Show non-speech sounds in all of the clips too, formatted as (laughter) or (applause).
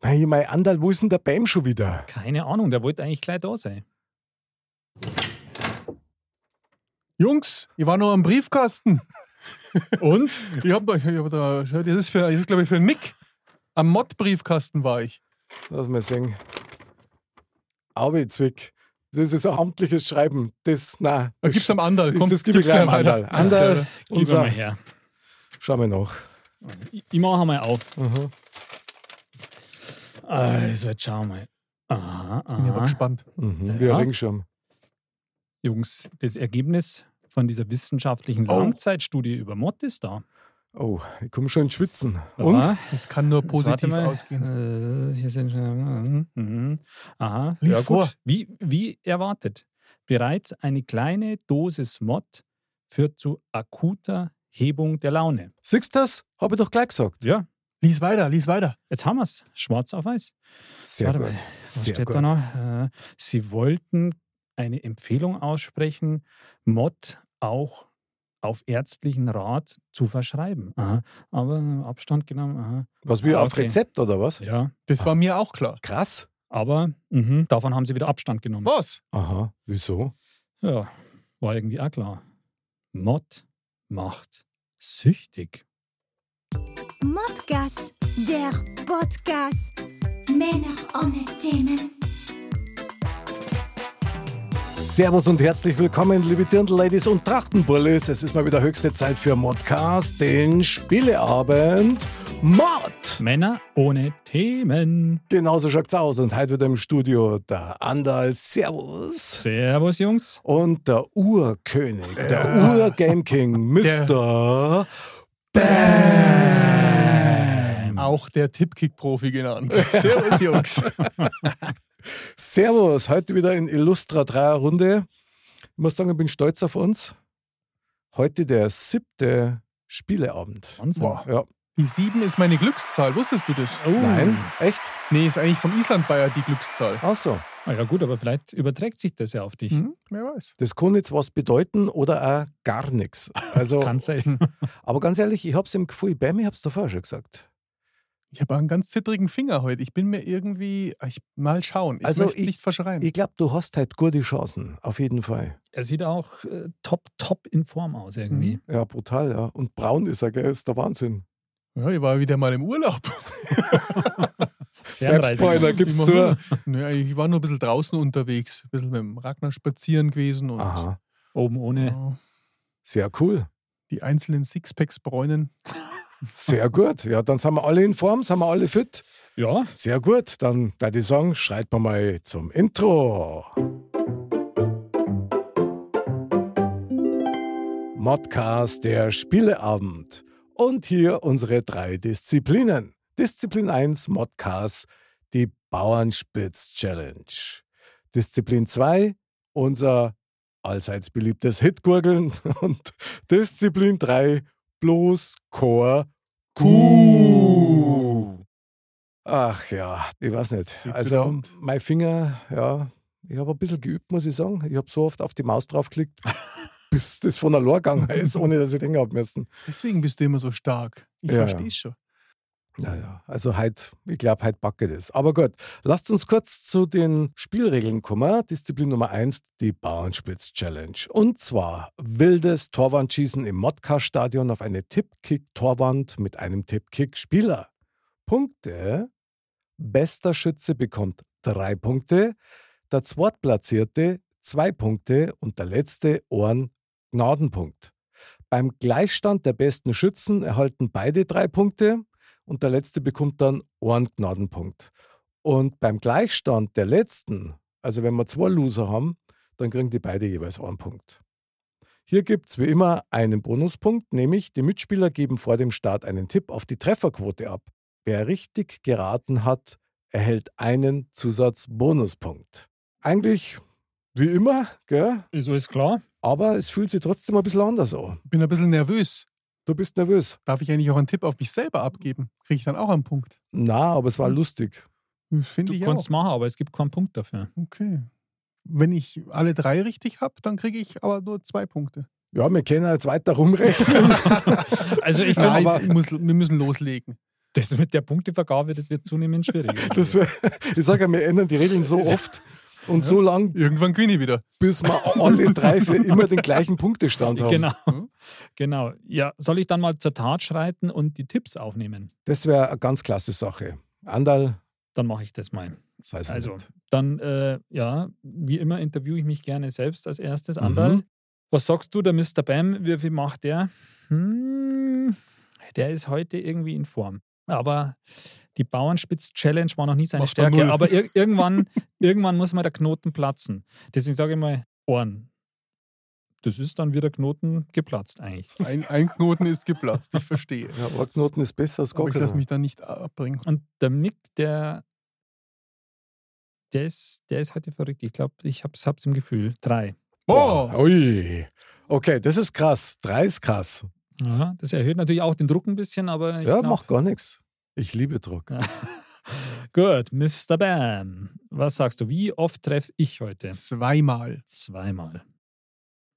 Hey, mein Anderl, wo ist denn der Bam schon wieder? Keine Ahnung, der wollte eigentlich gleich da sein. Jungs, ich war noch (laughs) am Briefkasten. Und? Ich hab, da- ich hab da, das ist, für- das ist glaube ich, für Nick. Am Mod-Briefkasten war ich. Lass mal sehen. Aubi, Zwick. Das ist ein amtliches Schreiben. Das, na. Da gibt's am Anderl. Komm, das gebe ich gleich am weiter. Anderl. Anderl, (laughs) Gib mir mal unser. her. Schauen wir noch. Ich, ich mache mal auf. Mhm. Also, jetzt schauen wir. Aha, Bin ich aber aha. gespannt. Mhm, wir Ja. reden schon. Jungs, das Ergebnis von dieser wissenschaftlichen Oh. Langzeitstudie über Mott ist da. Oh, ich komme schon ins Schwitzen. Und? Aha. Das kann nur Jetzt positiv warte mal. ausgehen. Äh, Hier sind schon. mhm, mhm. Aha. Lies vor. Wie, wie erwartet, bereits eine kleine Dosis Mod führt zu akuter Hebung der Laune. Siehst du das? Habe ich doch gleich gesagt. Ja, Lies weiter, lies weiter. jetzt haben wir es. Schwarz auf weiß. Sehr Warte gut. mal, Was Sehr steht gut. da noch? Äh, Sie wollten eine Empfehlung aussprechen, Mod auch auf ärztlichen Rat zu verschreiben. Aha. Aber äh, Abstand genommen. Aha. Was wir Ah, auf okay. Rezept oder was? Ja, Das war mir auch klar. Krass. aber mhm, davon haben sie wieder Abstand genommen. Was? Aha, wieso? Ja, war irgendwie auch klar. Mod macht süchtig. Modcast, der Podcast. Männer ohne Themen. Servus und herzlich willkommen, liebe Dirndl-Ladies und Trachtenbullis. Es ist mal wieder höchste Zeit für Modcast, den Spieleabend Mod. Männer ohne Themen. Genauso schaut's aus. Und heute wieder im Studio der Andal. Servus. Servus, Jungs. Und der Urkönig, der Ur-Game King, Mr. Bam. Auch der Tippkick-Profi (laughs) genannt. Servus, Jungs. Servus, heute wieder in Illustra 3 Runde. Ich muss sagen, ich bin stolz auf uns. Heute der siebte Spieleabend. Wahnsinn. Ja. Die 7 ist meine Glückszahl. Wusstest du das? Oh. Nein, echt? Nee, ist eigentlich vom Island-Bayer die Glückszahl. Ach so. Ah, ja, gut, aber vielleicht überträgt sich das ja auf dich. Hm? Wer weiß. Das kann jetzt was bedeuten oder auch gar nichts. Also, Kann sein. aber ganz ehrlich, ich hab's im Gefühl, Bam, ich hab's davor schon gesagt. Ich habe einen ganz zittrigen Finger heute. Ich bin mir irgendwie. Ich, mal schauen. Ich Also möchte ich- nicht verschreien. Ich glaube, du hast halt gute Chancen, auf jeden Fall. Er sieht auch äh, top, top in Form aus Mhm. irgendwie. Ja, brutal, ja. Und braun ist er, gell? Ist der Wahnsinn. ja, ich war wieder mal im Urlaub. (laughs) Fernreise. Selbstbräuner, gib's zu. Naja, ich war nur ein bisschen draußen unterwegs. Ein bisschen mit dem Ragnar spazieren gewesen und Aha, Oben ohne. ja, sehr cool. die einzelnen Sixpacks bräunen. Sehr gut. Ja, dann sind wir alle in Form, sind wir alle fit. Ja, Sehr gut, dann da die Song schreit man mal zum Intro. Modcast der Spieleabend. Und hier unsere drei Disziplinen. Disziplin 1 Modcast, die Bauernspitz Challenge. Disziplin 2 unser allseits beliebtes Hitgurgeln (laughs) und Disziplin 3 bloß Chor Kuh. Ach ja, ich weiß nicht. Geht's wieder also rund? mein Finger, ja, ich habe ein bisschen geübt, muss ich sagen. Ich habe so oft auf die Maus draufgeklickt, (laughs) bis das von der Lor gegangen ist, ohne dass ich denken habe müssen. Deswegen bist du immer so stark. Ich Ja, ja. verstehe schon. Naja, also heute, ich glaube, heute backe das. Aber gut, lasst uns kurz zu den Spielregeln kommen. Disziplin Nummer 1, die Bauernspitz-Challenge. Und zwar wildes Torwandschießen im Modka-Stadion auf eine Tippkick-Torwand mit einem Tippkick-Spieler. Punkte. Bester Schütze bekommt drei Punkte, der Zweitplatzierte zwei Punkte und der letzte Ohren Gnadenpunkt. Beim Gleichstand der besten Schützen erhalten beide drei Punkte und der letzte bekommt dann einen Gnadenpunkt. Und beim Gleichstand der letzten, also wenn wir zwei Loser haben, dann kriegen die beide jeweils einen Punkt. Hier gibt es wie immer einen Bonuspunkt, nämlich die Mitspieler geben vor dem Start einen Tipp auf die Trefferquote ab. Wer richtig geraten hat, erhält einen Zusatzbonuspunkt. Eigentlich wie immer, gell? so ist klar. aber es fühlt sich trotzdem ein bisschen anders an. Ich bin ein bisschen nervös. Du bist nervös. Darf ich eigentlich auch einen Tipp auf mich selber abgeben? Kriege ich dann auch einen Punkt? Hm, Na, aber es war lustig. Finde Du ich auch. kannst machen, aber es gibt keinen Punkt dafür. Okay. Wenn ich alle drei richtig habe, dann kriege ich aber nur zwei Punkte. Ja, wir können jetzt weiter rumrechnen. Also ich Ja, finde, (laughs) aber- ich muss, wir müssen loslegen. Das mit der Punktevergabe, das wird zunehmend schwieriger. (laughs) Das wär, ich sage ja, wir ändern die Regeln so oft und so lang, Irgendwann gewinne ich wieder. bis wir alle drei für immer den gleichen Punktestand haben. genau. (laughs) genau. Ja, soll ich dann mal zur Tat schreiten und die Tipps aufnehmen? Das wäre eine ganz klasse Sache. Andal, Dann mache ich das mal. sei es Also, nicht. dann, äh, ja, wie immer interviewe ich mich gerne selbst als erstes. Mhm. Anderl, was sagst du, der Mr. Bam, wie viel macht der? Hm, der ist heute irgendwie in Form. Aber die Bauernspitz-Challenge war noch nie seine Macht er null. Stärke. Aber (laughs) ir irgendwann, irgendwann muss mal der Knoten platzen. Deswegen sage ich mal, Ohren. Das ist dann wieder Knoten geplatzt eigentlich. Ein, ein Knoten ist geplatzt, (laughs) ich verstehe. Ja, Orgnoten ist besser als Aber ich Gockel. lasse mich da nicht abbringen. Und der Mick, der, der, ist, der ist heute verrückt. Ich glaube, ich habe es im Gefühl. Drei. Boah! Ui. Okay, das ist krass. Drei ist krass. Ja, das erhöht natürlich auch den Druck ein bisschen, aber ich ja, glaub- macht gar nichts. Ich liebe Druck. Gut, Mr. Bam. Was sagst du? Wie oft treffe ich heute? Zweimal. Zweimal.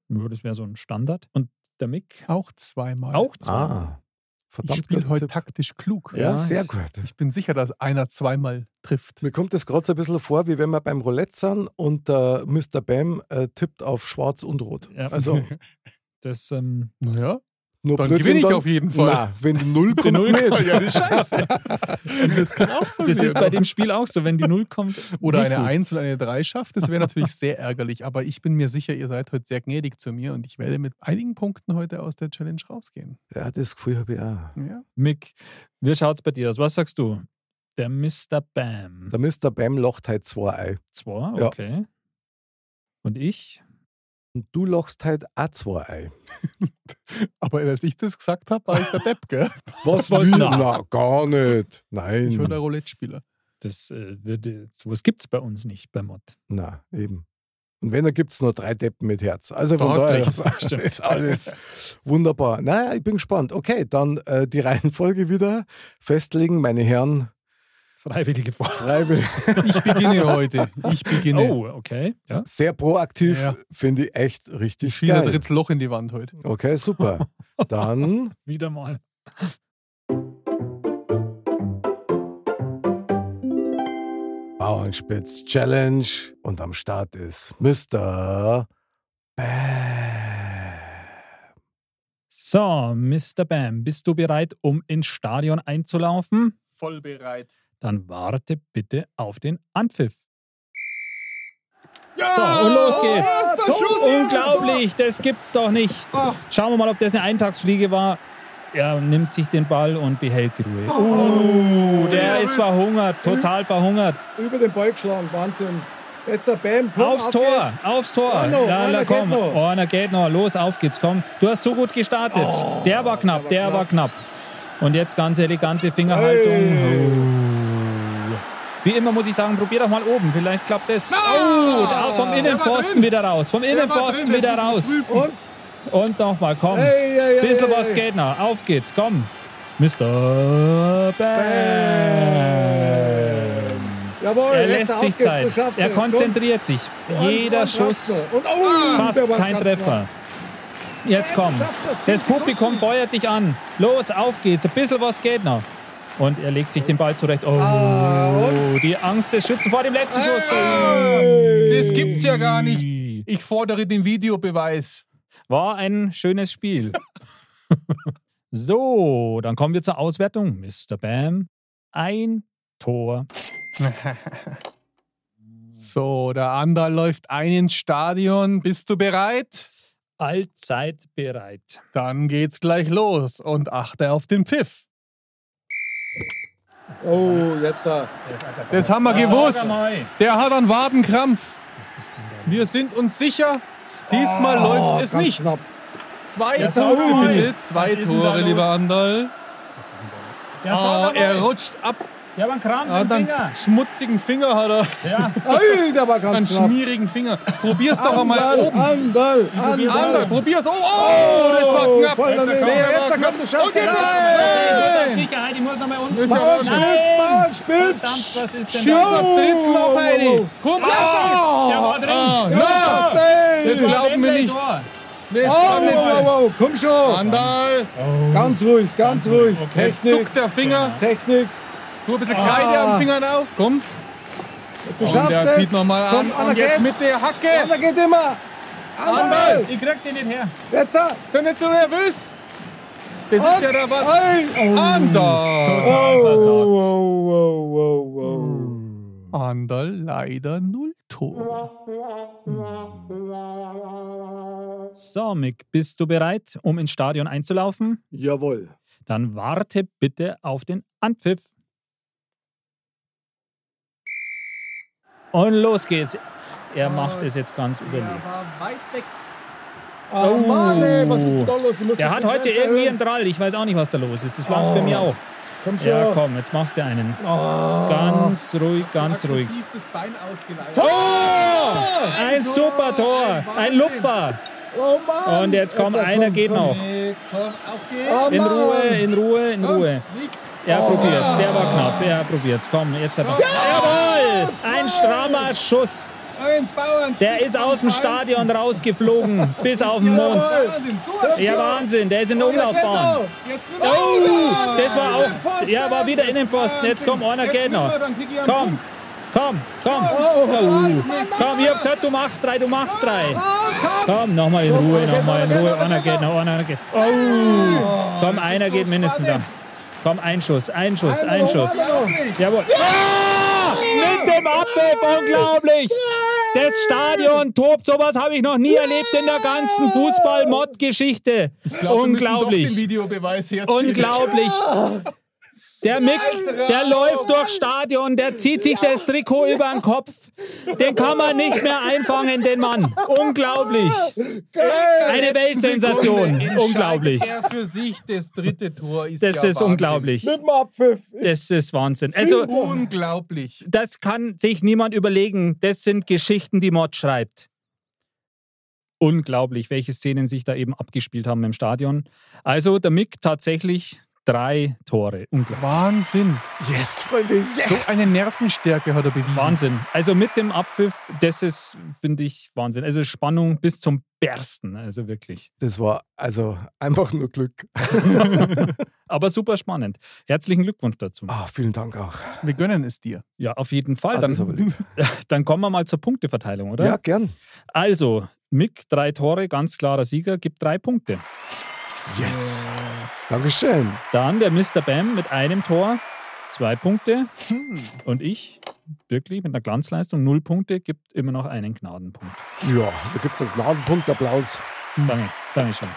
Ja, das wäre so ein Standard. Und der Mick? Auch zweimal. Auch zweimal. Ah, ich verdammt. spiele guter heute Tipp. taktisch klug. ja, Ja, sehr ich- gut. Ich bin sicher, dass einer zweimal trifft. Mir kommt das gerade so ein bisschen vor, wie wenn wir beim Roulette sind und der Mr. Bam äh, tippt auf schwarz und rot. Ja. Also (laughs) Das, ähm, Naja, nur dann blöd, wenn gewinne ich dann, auf jeden Fall. Nein, wenn die (laughs) Null kommt Null mit. kommt, Ja, das ist (laughs) scheiße. das genau- kann auch passieren. das ist (laughs) bei dem Spiel auch so. Wenn die Null kommt, Oder nicht eine gut. 1 und eine 3 schafft, das (laughs) wäre natürlich sehr ärgerlich. Aber ich bin mir sicher, ihr seid heute sehr gnädig zu mir und ich werde mit einigen Punkten heute aus der Challenge rausgehen. Ja, das Gefühl habe ich auch. Ja. Mick, wie schaut es bei dir aus? Was sagst du? Der Mr. Bam. Der Mr. Bam locht halt zwei ein. Zwei, Ja. okay. Und ich? Und du lochst halt auch zwei ein. Aber als ich das gesagt habe, war ich der Depp, (laughs) gell? Was, Was will? na? Na, gar nicht. Ich war der Nein. Roulette-Spieler. Das, äh, würde- sowas gibt es bei uns nicht, bei Mod. Na, eben. Und wenn, dann gibt es nur drei Deppen mit Herz. Also Da von hast daher recht. (laughs) ist ist alles wunderbar. Naja, ich bin gespannt. Okay, dann äh, die (laughs) Reihenfolge wieder festlegen, meine Herren. Freiwillige Vor. Freiwillig. Ich (laughs) beginne heute. Ich beginne. Genau. Oh, okay. Ja. Sehr proaktiv, Ja. finde ich echt Die richtig Schiene geil. dritt's Loch in die Wand heute. Okay, (laughs) super. Dann Wieder mal. Bauernspitz Challenge und am Start ist Mr. Bam. So, Mr. Bam, bist du bereit, um ins Stadion einzulaufen? Voll bereit. Dann warte bitte auf den Anpfiff. Ja! So, und los geht's. Erster Schuss, Unglaublich, das gibt's doch nicht. Ach. Schauen wir mal, ob das eine Eintagsfliege war. Er nimmt sich den Ball und behält die Ruhe. Oh, Der ist verhungert, total verhungert. Über den Ball geschlagen, Wahnsinn. Jetzt der Bam, Aufs Tor, aufs Tor. Oh, no, ja, einer na, komm. geht noch. Oh, einer geht noch. Los, auf geht's, komm. Du hast so gut gestartet. der war knapp, Oh, der, war, knapp. Und jetzt ganz elegante Fingerhaltung. Oh. Wie immer muss ich sagen, probier doch mal oben. Vielleicht klappt es. Oh, da vom Innenpfosten wieder raus. Vom Innenpfosten wieder raus. Und Und nochmal, komm. Ey, ey, ey, Bisschen ey, was ey. geht noch. Auf geht's, komm. Mr. Bam. jawohl, Er jetzt lässt auf sich geht's, du Zeit. schaffst Er es, komm. konzentriert sich. Und- Jeder und schaffst Schuss du. Und, oh, fast der war kein knapp Treffer. Jetzt komm. schafft das. Zehn Das Publikum feuert dich an. Los, auf geht's. Ein bisschen was geht noch. Und er legt sich den Ball zurecht. Ah, Oh, die Angst des Schützen vor dem letzten Schuss. Das gibt's ja gar nicht. Ich fordere den Videobeweis. War ein schönes (laughs) Spiel. so, dann kommen wir zur Auswertung. Mr. Bam, ein Tor. So, der Ander läuft ein ins Stadion. Bist du bereit? Allzeit bereit. Dann geht's gleich los und achte auf den Pfiff. Oh, jetzt. äh, Das haben wir gewusst. Der hat einen Wadenkrampf. Was ist denn da? Wir sind uns sicher, diesmal läuft es ganz nicht. knapp. Zwei Ah, Ja, Tore, sorry. bitte. Zwei Was ist denn da Tore, los? lieber Anderl. Was ist denn da? Ja, Ah, er er rutscht ab. ja, aber ein Krampf Ah, im dann Finger. schmutzigen Finger hat er. (laughs) Ja, Ui, der war Einen ganz knapp. schmierigen Finger. Probier's doch einmal Anderl, oben. Anderl, probier's Anderl. Anderl, probier's. Oh, oh, das war knapp. voll daneben. Der war Jetzt knapp. kommt der Schuss. Und jetzt Hey, rein. Schutz auf Sicherheit, ich muss nochmal unten. Ist ja Nein! wurscht. Bauernspitz, Verdammt, was ist denn Schau, da? das dritte Loch, Heidi. Komm, Ah, lass der war drin. Ah, Ja, na, das das glauben wir Wembley nicht. Tor. Nee, Oh, wow, wow, wow, komm schon! Randall! Ganz ruhig, ganz ruhig. Jetzt Technik, zuckt der Finger. Technik. Tu ein bisschen Kreide Ah. am Fingern auf. Komm. Du Und schaffst der es. zieht nochmal an. Komm, Und jetzt Anerkennung. mit der Hacke. Da geht immer. Anderl, Ich krieg den nicht her. jetzt. ah. Sei nicht so nervös. Das ist ja der Wahnsinn. Ei. Andal. Oh, Total versagt. wow, wow, wow, wow. Andal leider null Tor. So, Mick, bist du bereit, um ins Stadion einzulaufen? Jawohl. Dann warte bitte auf den Anpfiff. Und los geht's. Er macht es jetzt ganz überlegt. weit weg. Oh, Mann, ey, was ist denn da los? Ich muss Oh. Der das hat Fenster heute irgendwie einen erhöhen. Drall. Ich weiß auch nicht, was da los ist. Das lag Oh. bei mir auch. Komm schon. Ah. Ja, komm, jetzt machst du einen. Ganz ruhig, ganz ruhig. Oh! das Bein ausgeleiert. Ein super Tor. Ein Lupfer. Oh, Mann. Und jetzt komm, ah, einer geht noch. Komm, auf Oh, In Mann. Ruhe, in Ruhe, in Ruhe. Er probiert's, der war knapp. Er probiert's. Komm, jetzt aber. Jawohl! Ein strammer Schuss. Der ist aus dem Stadion rausgeflogen, bis auf den Mond. Ja, Wahnsinn, der ist in der Umlaufbahn. Oh, das war auch. Ja, war wieder in den Pfosten. Jetzt komm, einer geht noch. Komm, komm, komm. Oh, komm, ich hab gesagt, du machst drei, du machst drei. Komm, nochmal in Ruhe, nochmal in Ruhe. Einer geht noch, einer geht. Oh, komm, einer geht mindestens an. Komm, ein Schuss, ein Schuss, ein Schuss. Jawohl. Ja! Mit dem Abwurf, unglaublich! Das Stadion tobt, sowas habe ich noch nie erlebt in der ganzen Fußball-Mod-Geschichte. Doch den Unglaublich. Videobeweis herziehen. Unglaublich. Der Mick, der läuft durchs Stadion, der zieht sich das Trikot über den Kopf. Den kann man nicht mehr einfangen, den Mann. Unglaublich. Eine Weltsensation. Sekunde Unglaublich. entscheidet Er für sich das dritte Tor ist Das ja ist Wahnsinn. unglaublich. Mit dem Abpfiff. Das ist Wahnsinn. Also, Unglaublich. das kann sich niemand überlegen. Das sind Geschichten, die Mod schreibt. Unglaublich, welche Szenen sich da eben abgespielt haben im Stadion. Also der Mick tatsächlich drei Tore. Unglaublich. Wahnsinn. Yes, Freunde, yes. So eine Nervenstärke hat er bewiesen. Wahnsinn. Also mit dem Abpfiff, das ist, finde ich, Wahnsinn. Also Spannung bis zum Bersten. Also wirklich. Das war also einfach nur Glück. Aber super spannend. Herzlichen Glückwunsch dazu. Ah, vielen Dank auch. Wir gönnen es dir. Ja, auf jeden Fall. Ah, das ist aber Dann, lieb. dann kommen wir mal zur Punkteverteilung, oder? Ja, gern. Also, Mick, drei Tore, ganz klarer Sieger, gibt drei Punkte. Yes. Dankeschön. Dann der Mr. Bam mit einem Tor, zwei Punkte. Hm. Und ich, wirklich mit einer Glanzleistung, null Punkte, gibt immer noch einen Gnadenpunkt. Ja, da gibt es einen Gnadenpunkt, Applaus. Hm. Danke, danke schon.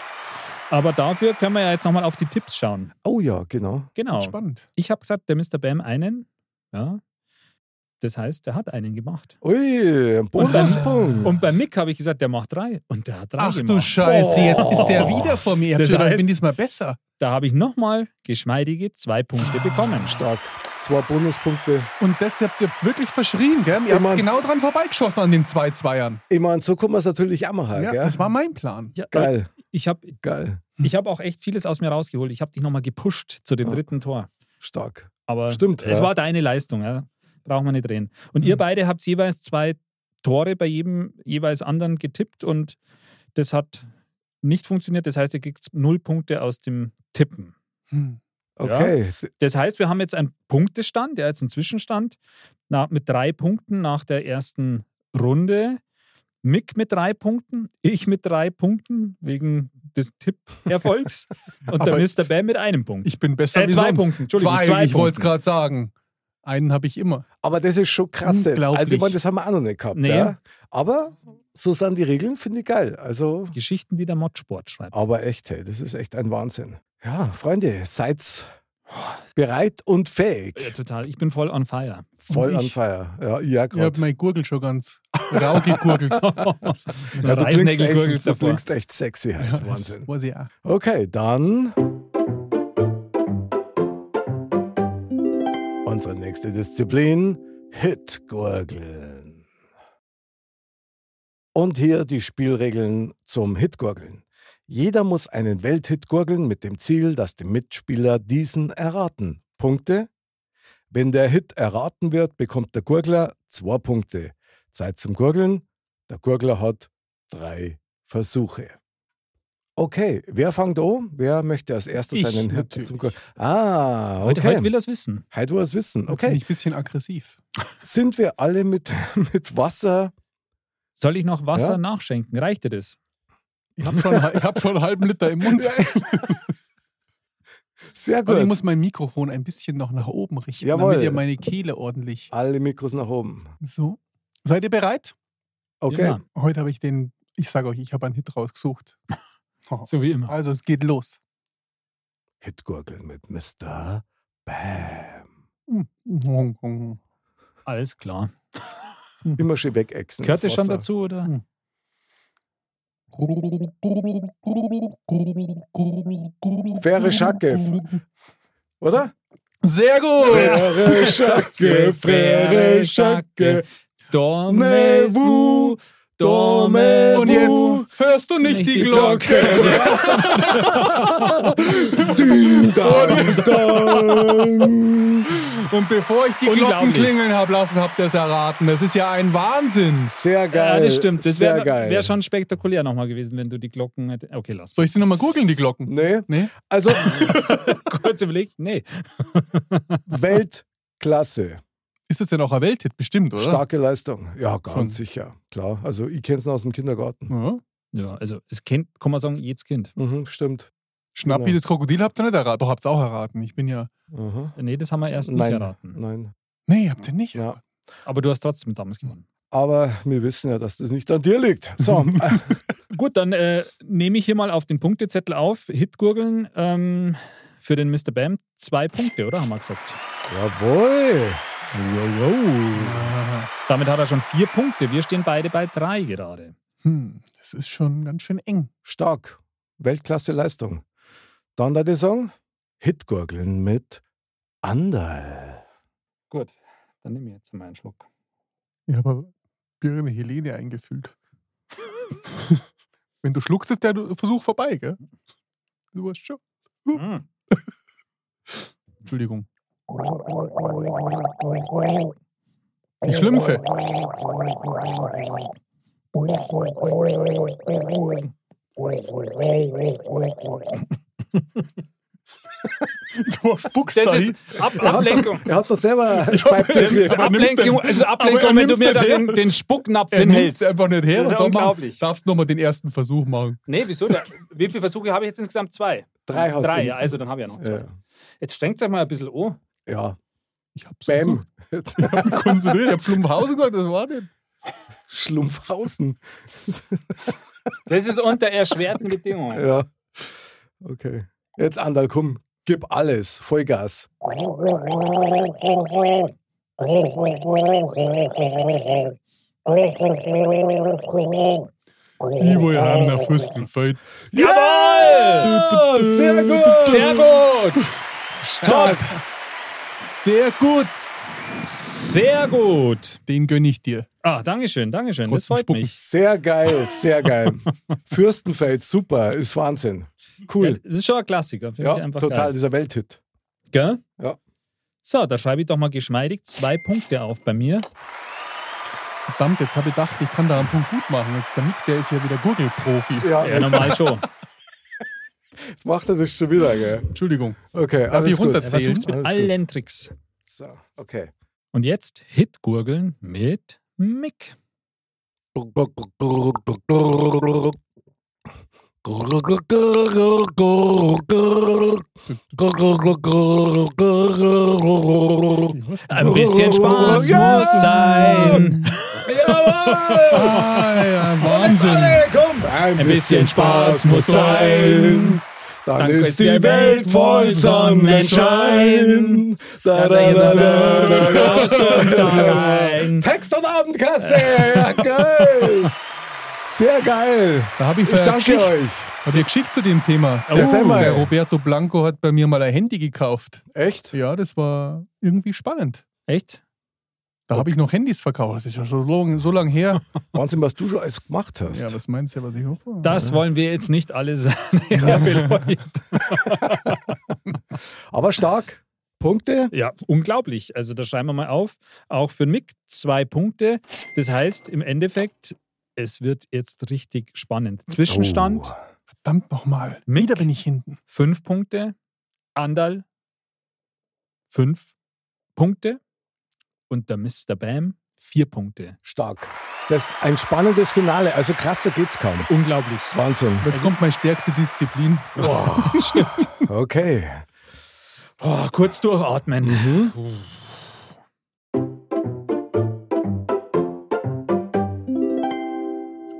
Aber dafür können wir ja jetzt nochmal auf die Tipps schauen. Oh ja, genau. Genau. Spannend. Ich habe gesagt, der Mr. Bam einen. Ja. Das heißt, der hat einen gemacht. Ui, ein Bonuspunkt. Und um bei Mick habe ich gesagt, der macht drei. Und der hat drei Ach du gemacht. Scheiße, jetzt ist der wieder vor mir. Ich, hab Das schon gedacht, ich heißt- bin diesmal besser. da habe ich nochmal geschmeidige zwei Punkte bekommen. Stark. Zwei Bonuspunkte. Und deshalb habt ihr habt's wirklich verschrien, gell? Ihr Ich habt mein's- genau dran vorbeigeschossen an den zwei Zweiern. Ich meine, so kann man es natürlich auch machen, Ja, gell? das war mein Plan. Ja, Geil, Ich habe geil. Hm. ich hab auch echt vieles aus mir rausgeholt. Ich habe dich nochmal gepusht zu Ah. dem dritten Tor. Stark. Aber Stimmt, es ja. war deine Leistung, ja. Braucht man nicht reden. Und Mhm. ihr beide habt jeweils zwei Tore bei jedem jeweils anderen getippt und das hat nicht funktioniert. Das heißt, ihr kriegt null Punkte aus dem Tippen. Hm. Okay. Das heißt, wir haben jetzt einen Punktestand, ja, jetzt einen Zwischenstand na, mit drei Punkten nach der ersten Runde. Mick mit drei Punkten, ich mit drei Punkten wegen des (laughs) Tipperfolgs und der Aber Mr. Bam mit einem Punkt. Ich bin besser Äh, wie zwei sonst. Punkten, Entschuldigung, Zwei, zwei ich wollte es Punkten. gerade sagen. Einen habe ich immer. Aber das ist schon krass jetzt. Also, ich Unglaublich. meine, das haben wir auch noch nicht gehabt. Nee. Ja? Aber so sind die Regeln, finde ich geil. Also, Geschichten, die der Modsport schreibt. aber echt, hey, das ist echt ein Wahnsinn. Ja, Freunde, seid bereit und Ja, fähig. total. Ich bin voll (laughs) on fire. Voll Und an ich- Feier. Ja, ja, Ich habe gerade. meine Gurgel schon ganz rau (laughs) gegurgelt. Ja, du, klingst echt, du davor. klingst echt sexy halt. Wahnsinn. Das weiß ich auch. Okay, dann. Unsere nächste Disziplin: Hitgurgeln. Und hier die Spielregeln zum Hitgurgeln. Jeder muss einen Welthit gurgeln mit dem Ziel, dass die Mitspieler diesen erraten. Punkte. Wenn der Hit erraten wird, bekommt der Gurgler zwei Punkte. Zeit zum Gurgeln. Der Gurgler hat drei Versuche. Okay, wer fängt an? Wer möchte als erstes Ich seinen Hit natürlich. zum Kur Ah, okay. Heute, heute will er es wissen. Heute will er es wissen. Bin Okay. ich ein bisschen aggressiv. Sind wir alle mit, (laughs) mit Wasser? (laughs) Soll ich noch Wasser Ja. nachschenken? Reicht dir das? Ich habe schon, ich hab schon einen halben Liter im Mund. Sehr Aber ich gut. muss mein Mikrofon ein bisschen noch nach oben richten, Jawohl. damit ihr meine Kehle ordentlich. Alle Mikros nach oben. So. Seid ihr bereit? Okay. Immer. Heute habe ich den, ich sage euch, ich habe einen (laughs) Hit rausgesucht. So wie immer. Also, es geht los. Hitgurgeln mit Mr. Bam. Alles klar. Immer schön wegexen. Mhm. das Gehört es schon Wasser. dazu, oder? Faire (laughs) Schacke. Oder? Sehr Oh gut! (laughs) Frere Schacke, Frere Schacke. Ne Dome vous, Dome Und vous. jetzt hörst du nicht die Glocke. Ding, dang, Oh dang. Und bevor ich die Glocken Unglaublich. klingeln habe lassen, habt ihr es erraten. Das ist ja ein Wahnsinn. Sehr geil. Ja, das stimmt. Das Sehr wäre geil. wär schon spektakulär nochmal gewesen, wenn du die Glocken hättest. Okay, lass. Soll ich sie nochmal googeln, die Glocken? Nee, Nee? also (laughs) kurz überlegt? Nee. Weltklasse. Ist das denn auch ein Welthit? Bestimmt, oder? Starke Leistung. Ja, ganz Schon. sicher. Klar. Also ich kenne es aus dem Kindergarten. Ja. Ja, also es kennt, kann man sagen, jedes Kind. Mhm, stimmt. Schnappi, Genau. das Krokodil habt ihr nicht erraten. Doch, habt ihr auch erraten. Ich bin ja. Mhm. Nee, das haben wir erst Nein. nicht erraten. Nein. Nee, habt ihr nicht. Ja. Aber du hast trotzdem damals gewonnen. Aber wir wissen ja, dass das nicht an dir liegt. (laughs) So, (laughs) äh, Gut, dann äh, nehme ich hier mal auf den Punktezettel auf. Hitgurgeln ähm, für den Mr. Bam. Zwei Punkte, oder? Haben wir gesagt. jawohl. (laughs) Aha. Damit hat er schon vier Punkte. Wir stehen beide bei drei gerade. Hm, das ist schon ganz schön eng. Stark. Weltklasse Leistung. Dann der Song Hitgurgeln mit Anderl. Gut, dann nehme ich jetzt mal einen Schluck. Ich habe Birne Helene eingefüllt. Wenn du schluckst, ist der Versuch vorbei, gell? Du warst schon. Mm. Entschuldigung. Die Schlümpfe. (laughs) Du spuckst Das da ist hin. Ab Ablenkung. Er hat doch selber ein (laughs) Das Speibdeckel. ist Ablenkung, den- also aber Ablenkung er wenn du nimmt's mir da nicht her. den, den Spucknapf Er nimmt hinhältst. es einfach nicht her. Das ist Was soll man- unglaublich. Darfst nochmal den ersten Versuch machen. Nee, wieso? Da, wie viele Versuche habe ich jetzt insgesamt? Zwei. Drei hast Drei, du. ja, also dann habe ich ja noch zwei. Ja. Jetzt strengt euch mal ein bisschen an. ja. Ich hab's Bam. versucht. Ich hab mich konzentriert. Ich hab Schlumpfhausen gesagt, das war nicht. (laughs) Schlumpfhausen. Das ist unter erschwerten Bedingungen. Ja. Okay. Jetzt Anderl, komm. Gib alles. Vollgas. Ivo haben nach Fürstenfeld. Jawohl! Sehr gut! Sehr gut! stark! Sehr gut. Sehr gut! Den gönn ich dir. Ah, Dankeschön, Dankeschön. Das freut Trotzdem spucken. mich. Sehr geil, sehr geil. Fürstenfeld, super, ist Wahnsinn. Ja, Cool. das ist schon ein Klassiker. Finde Ja, ich einfach total, geil. dieser Welthit. Gell? Ja. So, da schreibe ich doch mal geschmeidig zwei Punkte auf bei mir. Verdammt, jetzt habe ich gedacht, ich kann da einen Punkt gut machen. Jetzt- Der Nick, der ist ja wieder Gurgelprofi. Ja, Ja, genau. jetzt, (laughs) normal schon. jetzt macht er das schon wieder, gell? Entschuldigung. Okay, Darf ich alles gut. Er runterzählen? versucht mit Alles gut. allen Tricks. So, okay. Und jetzt Hitgurgeln mit Mick. Ein bisschen Spaß Oh, Ja! muss sein. Jawohl! Ah, ja, Wahnsinn. Alle, komm! Ein Ein bisschen Spaß muss sein. Dann, ist die Welt voll Sonnenschein. Da, da, da, da, da, da. Raus und da rein. Text und Abendkasse! Ja, geil! Sehr geil! Da habe ich, Ich danke Geschichte- euch! Hab ich Geschichte zu dem Thema. Erzähl mal. Der Roberto Blanco hat bei mir mal ein Handy gekauft. Echt? Ja, das war irgendwie spannend. Echt? Da habe ich noch Handys verkauft. Das ist ja so lang, so lang her. Wahnsinn, was du schon alles gemacht hast. Ja, was meinst du, was ich hoffe? Das wollen wir jetzt nicht alle (laughs) sagen. Herr Beloit. Aber stark. Punkte? ja, unglaublich. Also da schreiben wir mal auf. Auch für Mick zwei Punkte. Das heißt im Endeffekt, es wird jetzt richtig spannend. Zwischenstand Verdammt nochmal. Mick. Wieder bin ich hinten. Fünf Punkte. Andal. Fünf Punkte. Und der Mr. Bam. Vier Punkte. Stark. Das ist ein spannendes Finale. Also krasser geht's kaum. Unglaublich. Wahnsinn. Jetzt kommt meine stärkste Disziplin. Stimmt. Okay. Oh, kurz durchatmen.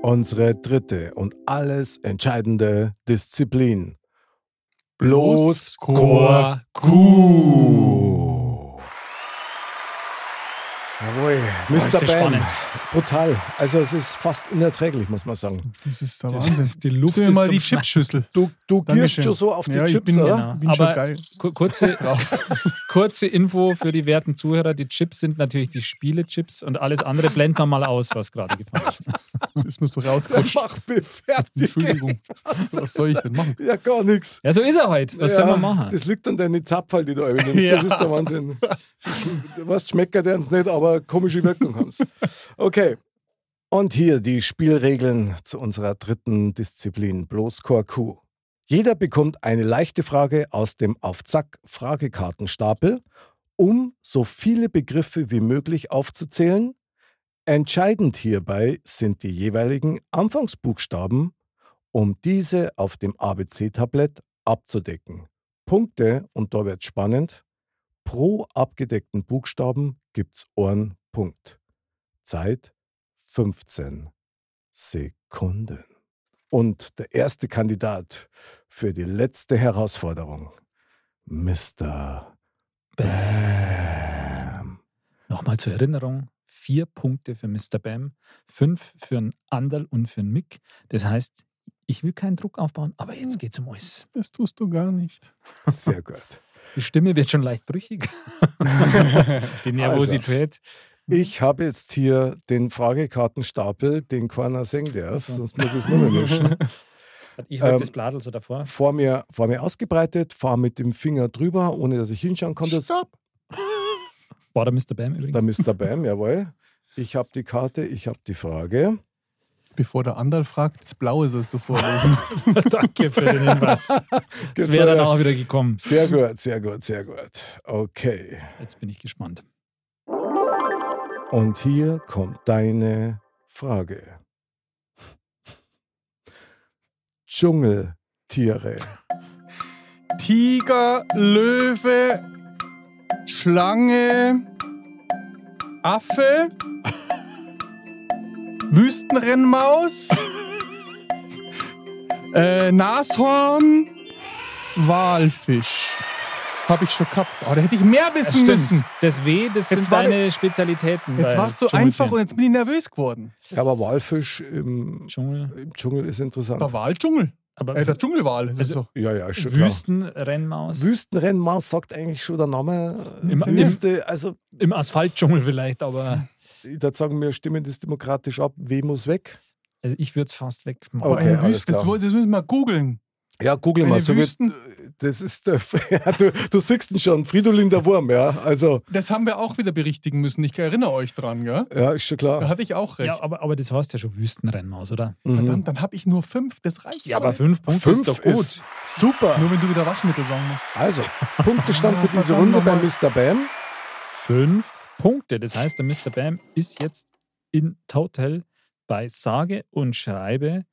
Unsere dritte und alles entscheidende Disziplin. Bloß Chor Q. Jawohl, ist Mr. das Bam. spannend. Brutal. Also es ist fast unerträglich, muss man sagen. Das ist der Das- Wahnsinn. die Luft Sehen wir ist mal zum die Schneiden. Chipschüssel. Du, du gierst Dankeschön. schon so auf die Ja, ich Chips, bin oder? genau. Bin schon Aber geil. ku- kurze, (laughs) kurze Info für die werten Zuhörer: Die Chips sind natürlich die Spielechips und alles andere blenden wir mal aus, was gerade gefallen ist. Das musst (laughs) du rausrutschen. Mach mich fertig. Entschuldigung. Was soll ich denn machen? Ja, gar nichts. Ja, so ist er heute. Was ja, soll man machen? Das liegt an deinen Zapfhall, die du nimmst. Ja. Das ist der Wahnsinn. Was schmeckt der uns nicht, aber komische Wirkung haben Okay. Und hier die Spielregeln zu unserer dritten Disziplin, bloß Korku. Jeder bekommt eine leichte Frage aus dem Auf-Zack-Fragekartenstapel, um so viele Begriffe wie möglich aufzuzählen. Entscheidend hierbei sind die jeweiligen Anfangsbuchstaben, um diese auf dem ABC-Tablett abzudecken. Punkte, und da wird spannend, pro abgedeckten Buchstaben gibt's einen Punkt. Zeit 15 Sekunden. Und der erste Kandidat für die letzte Herausforderung, Mr. Bam. Nochmal zur Erinnerung: vier Punkte für Mr. Bam, fünf für den Anderl und für den Mick. Das heißt, ich will keinen Druck aufbauen, aber jetzt geht's um alles. Das tust du gar nicht. Sehr gut. Die Stimme wird schon (laughs) leicht brüchig. die Nervosität. Also, Ich habe jetzt hier den Fragekartenstapel, den keiner sehen darf, sonst muss ich es nur mischen. Ich halte Ähm, das Bladel so davor. vor mir, vor mir ausgebreitet, fahre mit dem Finger drüber, ohne dass ich hinschauen konnte. Stopp. War der Mr. Bam übrigens? Da Mr. Bam, jawohl. Ich habe die Karte, ich habe die Frage. Bevor der Andal fragt, das Blaue sollst du vorlesen. (laughs) Danke für den Hinweis. (laughs) Das wäre Genau. dann auch wieder gekommen. Sehr gut, sehr gut, sehr gut. Okay. Jetzt bin ich gespannt. Und hier kommt deine Frage. Dschungeltiere. Tiger, Löwe, Schlange, Affe, (laughs) Wüstenrennmaus, (laughs) äh, Nashorn, Walfisch. Habe ich schon gehabt. Aber da hätte ich mehr wissen müssen. Das W, das Jetzt sind war der- deine Spezialitäten. Jetzt bei war es so Dschungeltieren. einfach und jetzt bin ich nervös geworden. Ja, aber Walfisch im, Dschungel. im Dschungel ist Der interessant. Waldschungel. Aber Äh, der Dschungelwal. Also, Das ist so. Ja, ja, ist schon klar. Wüstenrennmaus. Wüstenrennmaus sagt eigentlich schon der Name. Im- Im, müsste, also Im Asphaltdschungel vielleicht, aber ich würde sagen, wir stimmen das demokratisch ab. W muss weg. also ich würde es fast wegmachen. Aber Okay, eine alles Wüste, das, klar. woll- das müssen wir googeln. Ja, google Eine mal. So wird, Wüsten, das ist der, (laughs) ja, du, du siehst ihn schon, Fridolin der Wurm, ja. Also, das haben wir auch wieder berichtigen müssen. Ich erinnere euch dran, gell? ja, ist schon Da klar. hatte ich auch recht. Ja, aber, aber das heißt ja schon Wüstenrennmaus, oder? Mhm. Verdammt, dann habe ich nur fünf. Das reicht. schon. fünf Fünf ist super. Nur wenn du wieder Waschmittel sagen musst. Also, Punktestand für diese Verdammt Runde bei nochmal. Mr. Bam. Fünf Punkte. Das heißt, der Mr. Bam ist jetzt in total bei sage und schreibe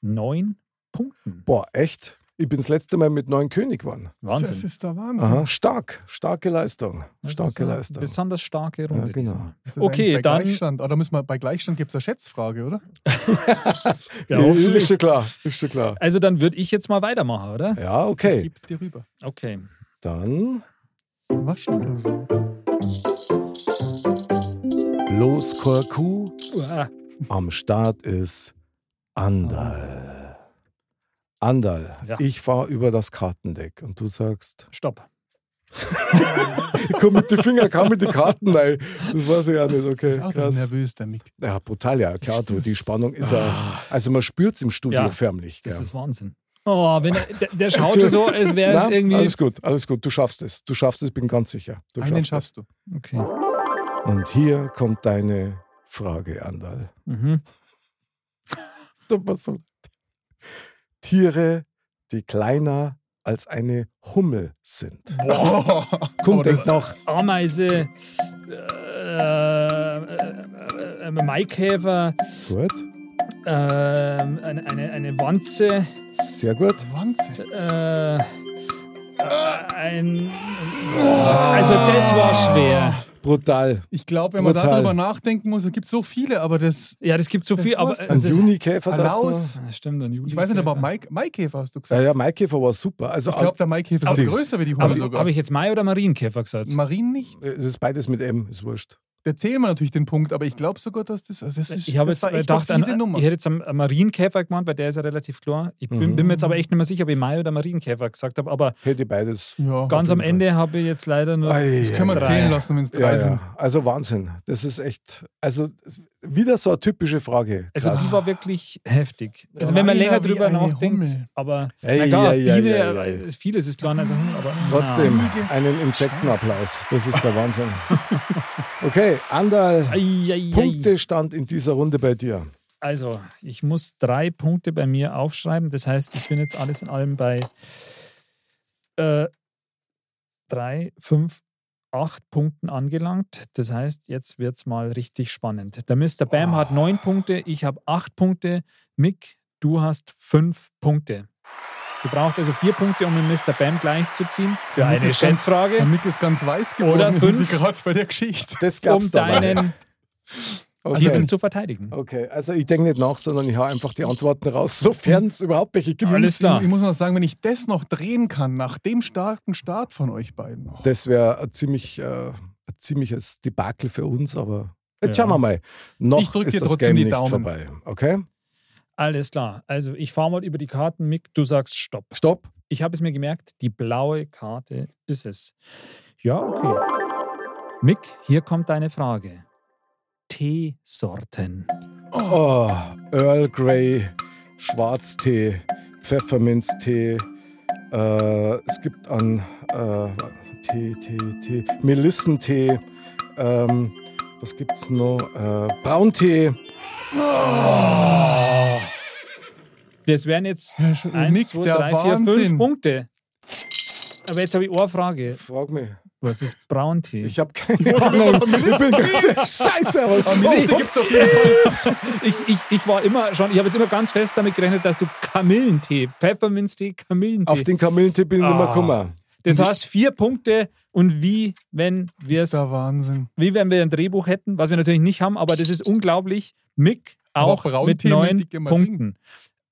neun Punkten. Boah, echt? Ich bin das letzte Mal mit neun König geworden. Das Wahnsinn. ist der Wahnsinn. Aha, stark, starke Leistung. Das ist Starke eine Leistung. Besonders starke Runde. Ja, genau. diesmal. Das ist Okay, eigentlich bei dann- Gleichstand. Oder müssen wir, bei Gleichstand gibt es eine Schätzfrage, oder? Ja, ist hoffentlich. schon klar, ist schon klar. Also dann würde ich jetzt mal weitermachen, oder? Ja, Ich okay. gib's dir rüber. Okay. Dann Waschmittel so. bloß Korku. Uah. Am Start ist Andal. Andal, Ah. Ja. ich fahre über das Kartendeck und du sagst, (laughs) Stopp. ich komm mit den Fingern, kam mit den Karten rein. Das weiß ich ja nicht, okay. Ist auch ein bisschen Krass. nervös, der Mick. Ja, brutal, ja, klar, du, die Spannung ist ja. Also, man spürt es im Studio Ah. Ja, förmlich. Das gell. ist Wahnsinn. Oh, wenn er, der, der schaut schon so, als wäre es Na, irgendwie. Alles gut, alles gut, du schaffst es. Du schaffst es, bin ganz sicher. Du Einen schaffst schaffst du. Okay. es. Und hier kommt deine Frage, Andal. Mhm. Tut mir so leid. Tiere, die kleiner als eine Hummel sind. Boah. Komm, Aber denk das- noch. Ameise, äh, äh, äh, Maikäfer, Gut, äh, eine, eine, eine Wanze, sehr gut. Wahnsinn. äh, äh, ein. Ah. Also, das war schwer. Brutal. Ich glaube, wenn man Brutal. darüber nachdenken muss, es gibt so viele, aber das. Ja, das gibt so Das viel, aber. war's. äh, Ein Das Junikäfer Raus. dazu. Ah, stimmt, ein Juli. Ich weiß nicht, aber Mike, Maikäfer hast du gesagt. Ja, ja, Maikäfer war super. Also, Ich glaube, der Maikäfer ist Aber- auch größer wie die Hunde Aber sogar. habe ich jetzt Mai oder Marienkäfer gesagt? Marien nicht. äh, es ist beides mit M, ist wurscht. Da zählen wir natürlich den Punkt, aber ich glaube sogar, dass das. Also das ist, Ich habe das jetzt war echt gedacht, eine fiese an, Nummer. ich hätte jetzt am am Marienkäfer gemeint, weil der ist ja relativ klar. Ich bin, Mhm. bin mir jetzt aber echt nicht mehr sicher, ob ich Mai oder Marienkäfer gesagt habe. Aber Hätte ich beides. ja, ganz am auf jeden Ende habe ich jetzt leider nur. Ei, Fall. Das können wir ei, ei. zählen lassen, wenn es drei Ja, sind. ja. Also Wahnsinn. Das ist echt, also wieder so eine typische Frage. Also Krass. die war wirklich heftig. Also wenn man Kleiner länger wie drüber eine nachdenkt, Hummel. aber Ei, na klar, ei, ei, Biene, ei, ei. äh, vieles ist kleiner als ein Hummel, aber Trotzdem einen Insektenapplaus. Das ist der Wahnsinn. (laughs) Okay, Andal, Ei, ei, ei. Punktestand in dieser Runde bei dir. Also, ich muss drei Punkte bei mir aufschreiben. Das heißt, ich bin jetzt alles in allem bei äh, drei, fünf, acht Punkten angelangt. Das heißt, jetzt wird es mal richtig spannend. Der Mr. Bam hat neun Punkte, ich habe acht Punkte. Mick, du hast fünf Punkte. Du brauchst also vier Punkte, um den Mr. Bam gleichzuziehen für Damit eine ist ganz- Schätzfrage. Damit ist ganz weiß geworden, Äh, Oder fünf. wie (laughs) gerade bei der Geschichte. Das gab's Um da mal. deinen Titel okay. zu verteidigen. okay, also ich denke nicht nach, sondern ich hau einfach die Antworten raus, sofern es überhaupt welche gibt. Alles klar. Ich muss noch sagen, wenn ich das noch drehen kann, nach dem starken Start von euch beiden. Das wäre ein, ziemlich, äh, ein ziemliches Debakel für uns, aber jetzt Ja. schauen wir mal. Noch Ich drück ist dir das trotzdem Game die nicht Daumen. vorbei. Okay, Alles klar. Also, ich fahre mal über die Karten. Mick, du sagst Stopp. stopp. Ich habe es mir gemerkt, die blaue Karte ist es. Ja, okay. Mick, hier kommt deine Frage. Teesorten. Oh, Earl Grey, Schwarztee, Pfefferminztee. Äh, es gibt an äh, Tee, Tee, Tee, Melissentee. Ähm, was gibt's noch? Äh, Brauntee. Das wären jetzt Sch- 1, Mick, 2, der 3, 4, 5 Wahnsinn. Punkte. Aber jetzt habe ich eine Frage. Frag mich. Was ist Brauntee? Ich habe keine Ahnung. Ich bin ganz scheiße. Aber, Am nächsten gibt's auf jeden Fall. (laughs) Ich, ich, ich war immer schon, ich habe jetzt immer ganz fest damit gerechnet, dass du Kamillentee, Pfefferminztee, Kamillentee. auf den Kamillentee bin ich nicht mehr Ah. gekommen. das heißt vier Punkte und wie, wenn wir Das ist es der Wahnsinn. wie wenn wir ein Drehbuch hätten, was wir natürlich nicht haben, aber das ist unglaublich. Mick auch Aber Braun mit Tee neun möchte ich immer Punkten.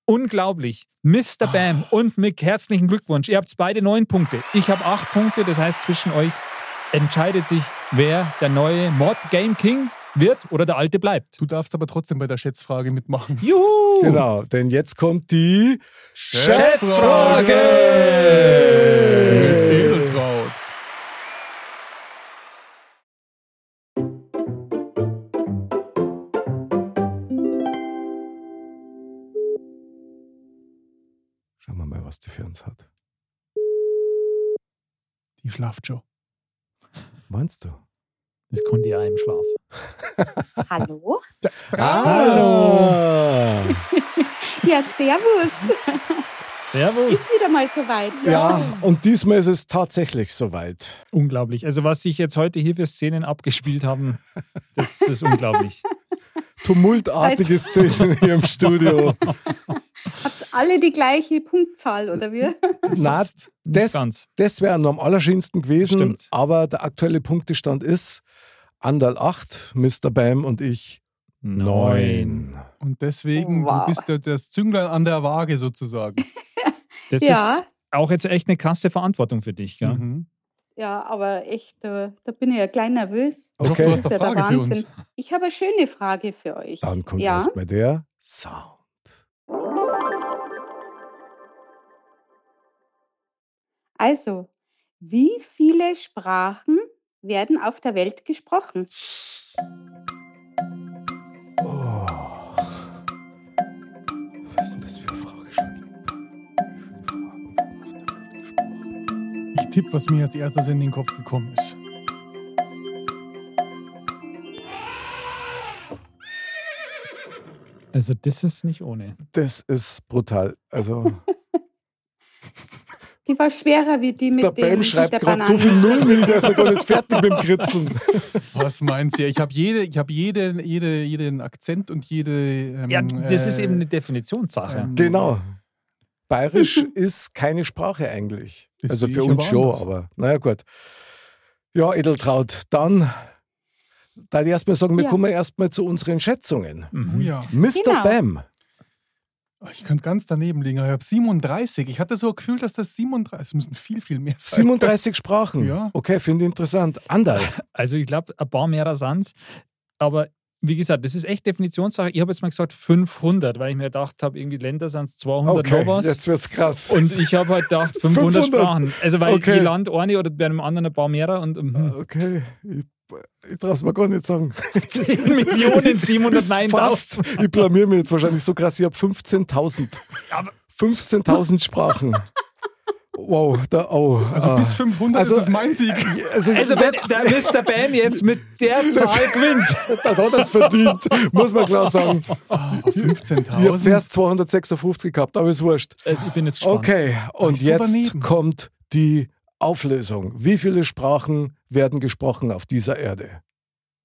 Unglaublich. Mr. Ah. Bam und Mick, herzlichen Glückwunsch. Ihr habt beide neun Punkte. Ich habe acht Punkte. Das heißt, zwischen euch entscheidet sich, wer der neue Mod Game King wird oder der alte bleibt. Du darfst aber trotzdem bei der (laughs) Schätzfrage mitmachen. Juhu! Genau, denn jetzt kommt die Schätzfrage! Mit Edeltraut. Schauen wir mal, was die für uns hat. Die schlaft schon. Meinst du? Das konnte ja im Schlaf. Hallo? Hallo! Ja, servus. Ist Servus! wieder mal soweit. Ja, und diesmal ist es tatsächlich soweit. Unglaublich. Also, was sich jetzt heute hier für Szenen abgespielt haben, das ist unglaublich. Tumultartige Szenen hier im Studio. Habt alle die gleiche Punktzahl, oder wie? Na, Fast. (laughs) Nicht das, ganz. das wäre am allerschönsten gewesen, Stimmt. aber der aktuelle Punktestand ist Andal 8, Mr. Bam und ich 9. Und deswegen, du Wow. bist ja das Zünglein an der Waage sozusagen. Das Ja. ist auch jetzt echt eine krasse Verantwortung für dich. Gell? Mhm. Ja, aber echt, äh, da bin ich ja klein nervös. Ich hoffe, Okay. du hast Das eine ist ja der Frage für uns. Wahnsinn. Ich habe eine schöne Frage für euch. Dann kommt ja? erstmal der Sound. Also, wie viele Sprachen werden auf der Welt gesprochen? Oh. Was ist denn das für eine Frage schon? Ich tippe, was mir als erstes in den Kopf gekommen ist. Also, das ist nicht ohne. Das ist brutal. Also, Die war schwerer wie die mit der dem Bam mit schreibt der gerade Banane. so viel Nullen hin, der ist ja gar nicht fertig mit dem Kritzen. Was meint ihr? Ich habe jede, ich hab jede, jede, jeden Akzent und jede. Ähm, Ja, das ist äh, eben eine Definitionssache. ähm, Genau. Mhm. (laughs) Bayerisch ist keine Sprache eigentlich. Das also sehe für ich uns aber schon, anders. aber naja gut. Ja, Edeltraut, dann da ich erstmal sagen, wir Ja. kommen erstmal zu unseren Schätzungen. Oh Mhm. ja. Mr. Genau. Bam. Ich könnte ganz daneben liegen. aber Ich habe 37. Ich hatte so ein Gefühl, dass das 37. Es müssen viel, viel mehr sein. 37 Sprachen. Ja. Okay, finde ich interessant. (laughs) Anderl. Also, ich glaube, ein paar mehr Sans. Aber wie gesagt, das ist echt Definitionssache. Ich habe jetzt mal gesagt 500, weil ich mir gedacht habe, irgendwie Länder sind es 200 Okay, noch was. jetzt wird's krass. Und ich habe halt gedacht, 500, 500. Sprachen. Also, weil Okay. je Land eine oder bei einem anderen ein paar mehrer und mhm. okay, ich, ich traue es mir gar nicht (laughs) sagen. 10 Millionen Äh, Fast. 709.000. Ich blamier mich jetzt wahrscheinlich so krass. Ich habe 15.000. Aber- 15.000 Sprachen. Wow, da, oh. Also ah. bis 500 Also- ist es mein Sieg. Also, Also, wenn jetzt, der Mr. Bam jetzt mit der (laughs) Zahl gewinnt. dann hat er es verdient, muss man klar sagen. Auf Ich habe 15.000. zuerst 256 gehabt, aber ist wurscht. Also, ich bin jetzt gespannt. Okay, und ich so jetzt daneben. kommt die Auflösung. Wie viele Sprachen werden gesprochen auf dieser Erde?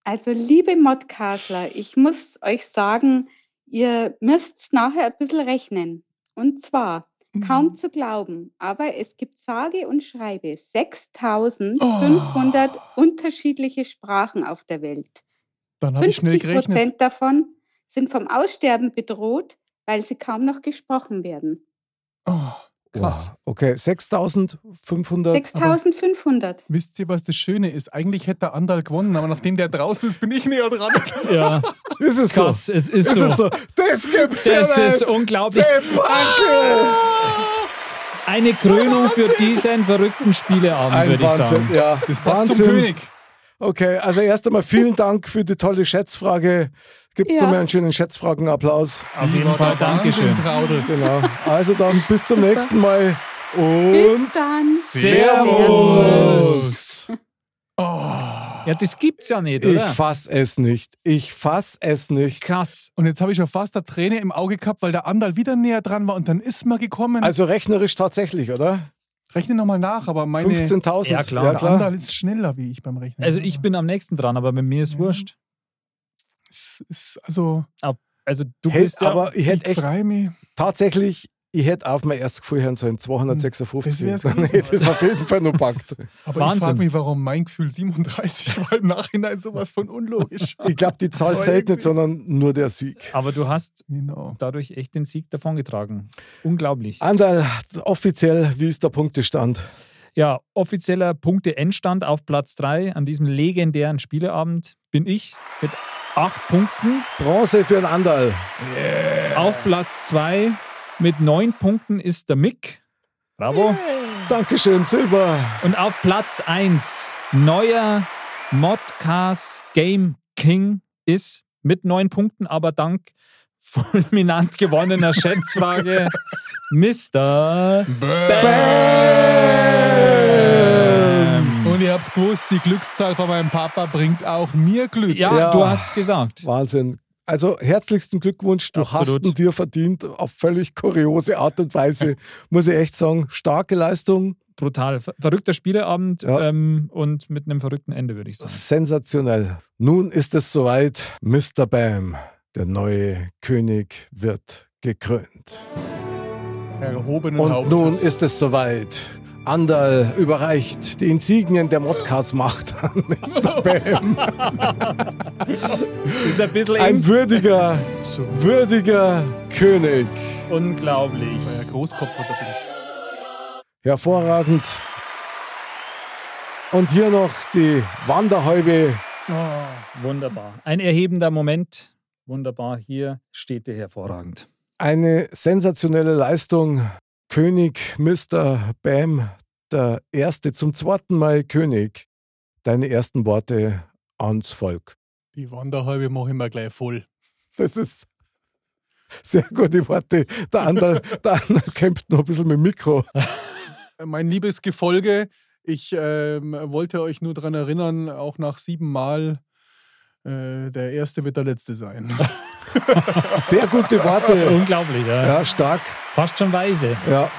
Also, liebe Modcastler, ich muss euch sagen, ihr müsst nachher ein bisschen rechnen. Und zwar, Mhm. kaum zu glauben, aber es gibt sage und Oh. schreibe 6500 unterschiedliche Sprachen auf der Welt. Dann habe ich schnell 50 gerechnet. Prozent davon sind vom Aussterben bedroht, weil sie kaum noch gesprochen werden. Oh, krass. Wow. Okay, 6500. 6500. Wisst ihr, was das Schöne ist? Eigentlich hätte der Andal gewonnen, aber nachdem der draußen ist, bin ich näher dran. Ja, Ist es so? krass, es ist Ist so. es so? Das gibt's Das ja nicht. ist unglaublich. Ah! Debakel! Eine Krönung für diesen verrückten Spieleabend, Ein würde ich Wahnsinn, sagen. ja. Das passt Wahnsinn. zum König. Okay, also erst einmal vielen Dank für die tolle Schätzfrage. Gibt es Ja. nochmal einen schönen Schätzfragenapplaus? Auf jeden Lieber Fall, der Wahnsinn, Dankeschön. Traudel. Genau. Also dann bis zum nächsten Mal und Bis dann. Oh. Servus! Ja, das gibt's ja nicht, Ich oder? fass es nicht. Ich fass es nicht. Krass. Und jetzt habe ich schon fast eine Träne im Auge gehabt, weil der Andal wieder näher dran war und dann ist man gekommen. Also rechnerisch tatsächlich, oder? Rechne nochmal nach, aber meine 15.000. Ja, klar. der Andal ist schneller wie ich beim Rechnen. Also ich bin am nächsten dran, aber bei mir ist wurscht. Es ist, also, Also du Hey, bist ja... aber ich hätte ich echt freue mich. tatsächlich, ich hätte auf mein erstes Gefühl hören sollen, 256. Das (laughs) wär's nee, das ist auf jeden Fall nur packt. Aber Wahnsinn. ich frage mich, warum mein Gefühl 37 war im Nachhinein sowas von (laughs) unlogisch. Ich glaube, die Zahl zählt nicht, sondern nur der Sieg. aber du hast genau. dadurch echt den Sieg davongetragen. Unglaublich. Andal, offiziell, wie ist der Punktestand? Ja, offizieller Punkte-Endstand auf Platz 3 an diesem legendären Spieleabend bin ich mit 8 Punkten. Bronze für den Andal. Auf Platz 2 mit 9 Punkten ist der Mick. Bravo. Dankeschön, Silber. Und auf Platz 1, neuer Modcast Game King ist mit neun Punkten, aber dank fulminant (laughs) gewonnener Schätzfrage Mr. Bam. Und ihr habt's gewusst, die Glückszahl von meinem Papa bringt auch mir Glück. Ja, Ja. du hast gesagt. Wahnsinn. Also herzlichsten Glückwunsch, du Absolut. hast ihn dir verdient, auf völlig kuriose Art und Weise, muss ich echt sagen. Starke Leistung, Brutal. Ver verrückter Spieleabend Ja. ähm, und mit einem verrückten Ende, würde ich sagen. sensationell. Nun ist es soweit, Mr. Bam, der neue König wird gekrönt. Erhobenen Und Hauptes. nun ist es soweit. Andal überreicht die Insignien der Modcast-Macht an Mr. Bam. ist ein bisschen Ein würdiger, würdiger König. unglaublich. Weil er äh, Großkopf oder bin. Hervorragend. Und hier noch die Wanderhäube. Wunderbar. Ein erhebender Moment. Wunderbar. Hier steht er hervorragend. Eine sensationelle Leistung. König Mr. Bam, der erste, zum zweiten Mal König. Deine ersten Worte ans Volk. Die Wanderhalbe mache ich mir gleich voll. Das ist sehr gute Worte. Der andere, der andere (laughs) kämpft noch ein bisschen mit dem Mikro. Mein liebes Gefolge, ich ähm, wollte euch nur daran erinnern, auch nach sieben Mal Äh, der Erste wird der (laughs) Letzte sein. Sehr gute Worte. Unglaublich, ja. Ja, stark. Fast schon weise. Ja.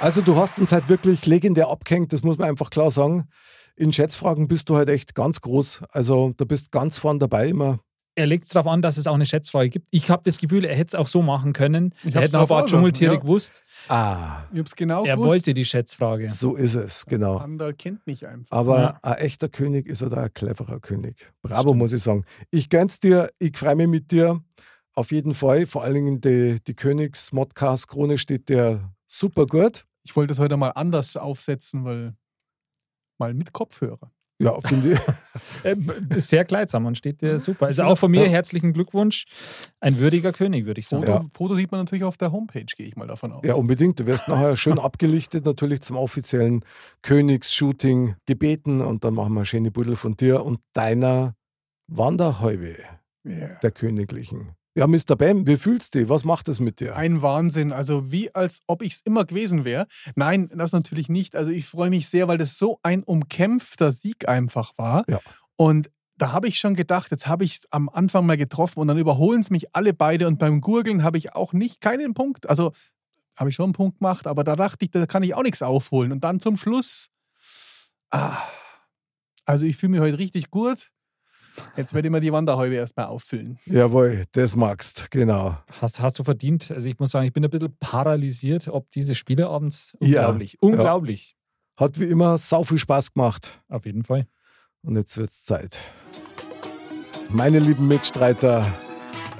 Also du hast uns halt wirklich legendär abgehängt, das muss man einfach klar sagen. In Schätzfragen bist du halt echt ganz groß. Also du bist ganz vorn dabei immer. Er legt es darauf an, dass es auch eine Schätzfrage gibt. Ich habe das Gefühl, er hätte es auch so machen können. er Ich hab's hätte noch ein drauf paar auch Dschungeltiere schon, ja. gewusst. Ah, Ich hab's genau Er gewusst. wollte die Schätzfrage. so ist es, genau. Andal kennt mich einfach. Aber Ja. ein echter König ist halt auch ein cleverer König. Bravo, muss ich sagen. Ich gönn's dir, ich freue mich mit dir. Auf jeden Fall. Vor allen Dingen die, die Königs-Modcast-Krone steht dir super gut. Ich wollte es heute mal anders aufsetzen, weil mal mit Kopfhörer. Ja, finde ich. Äh, b- ist sehr kleidsam und steht dir super. Also auch von mir Ja. herzlichen Glückwunsch. Ein würdiger König, würde ich sagen. Foto, Ja. Foto sieht man natürlich auf der Homepage, gehe ich mal davon aus. Ja, um unbedingt. Du wirst nachher schön abgelichtet, natürlich zum offiziellen Königs-Shooting gebeten. Und dann machen wir eine schöne Buddel von dir und deiner Wanderhäube, Ja. der Königlichen. Ja, Mr. Bam, wie fühlst du dich? Was macht es mit dir? Ein Wahnsinn. Also wie als ob ich es immer gewesen wäre. Nein, das natürlich nicht. Also ich freue mich sehr, weil das so ein umkämpfter Sieg einfach war. Ja. Und da habe ich schon gedacht, jetzt habe ich es am Anfang mal getroffen und dann überholen es mich alle beide. Und beim Gurgeln habe ich auch nicht keinen Punkt. Also habe ich schon einen Punkt gemacht, aber da dachte ich, da kann ich auch nichts aufholen. Und dann zum Schluss. Ah, also ich fühle mich heute richtig gut. Jetzt werde ich mir die Wanderhäube erstmal auffüllen. Jawohl, das magst, genau. Hast, hast du verdient. Also ich muss sagen, ich bin ein bisschen paralysiert, ob diese Spieleabend Ja. unglaublich. Unglaublich. Hat wie immer sau viel Spaß gemacht. Auf jeden Fall. Und jetzt wird's Zeit. Meine lieben Mitstreiter,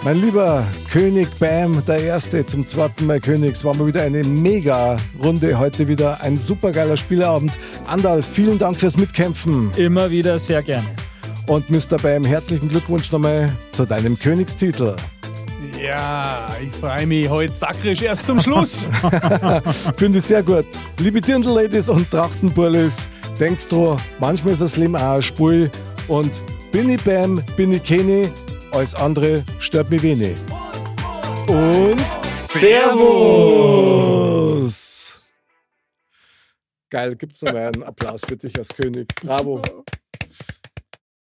mein lieber König Bam, der Erste zum zweiten Mal Königs, war mal wieder eine mega Runde. Heute wieder ein supergeiler Spieleabend. Andal, vielen Dank fürs Mitkämpfen. Immer wieder sehr gerne. Und Mr. Bam, herzlichen Glückwunsch nochmal zu deinem Königstitel. Ja, ich freue mich heute sakrisch erst zum Schluss. Finde ich sehr gut. Liebe Dirndl-Ladies und Trachtenburlis, denkt dran, manchmal ist das Leben auch ein Spul. Und bin ich Bam, bin ich Kenny, alles andere stört mich wenig. Und Servus! Geil, gibt's noch mal einen Applaus für dich als König. Bravo.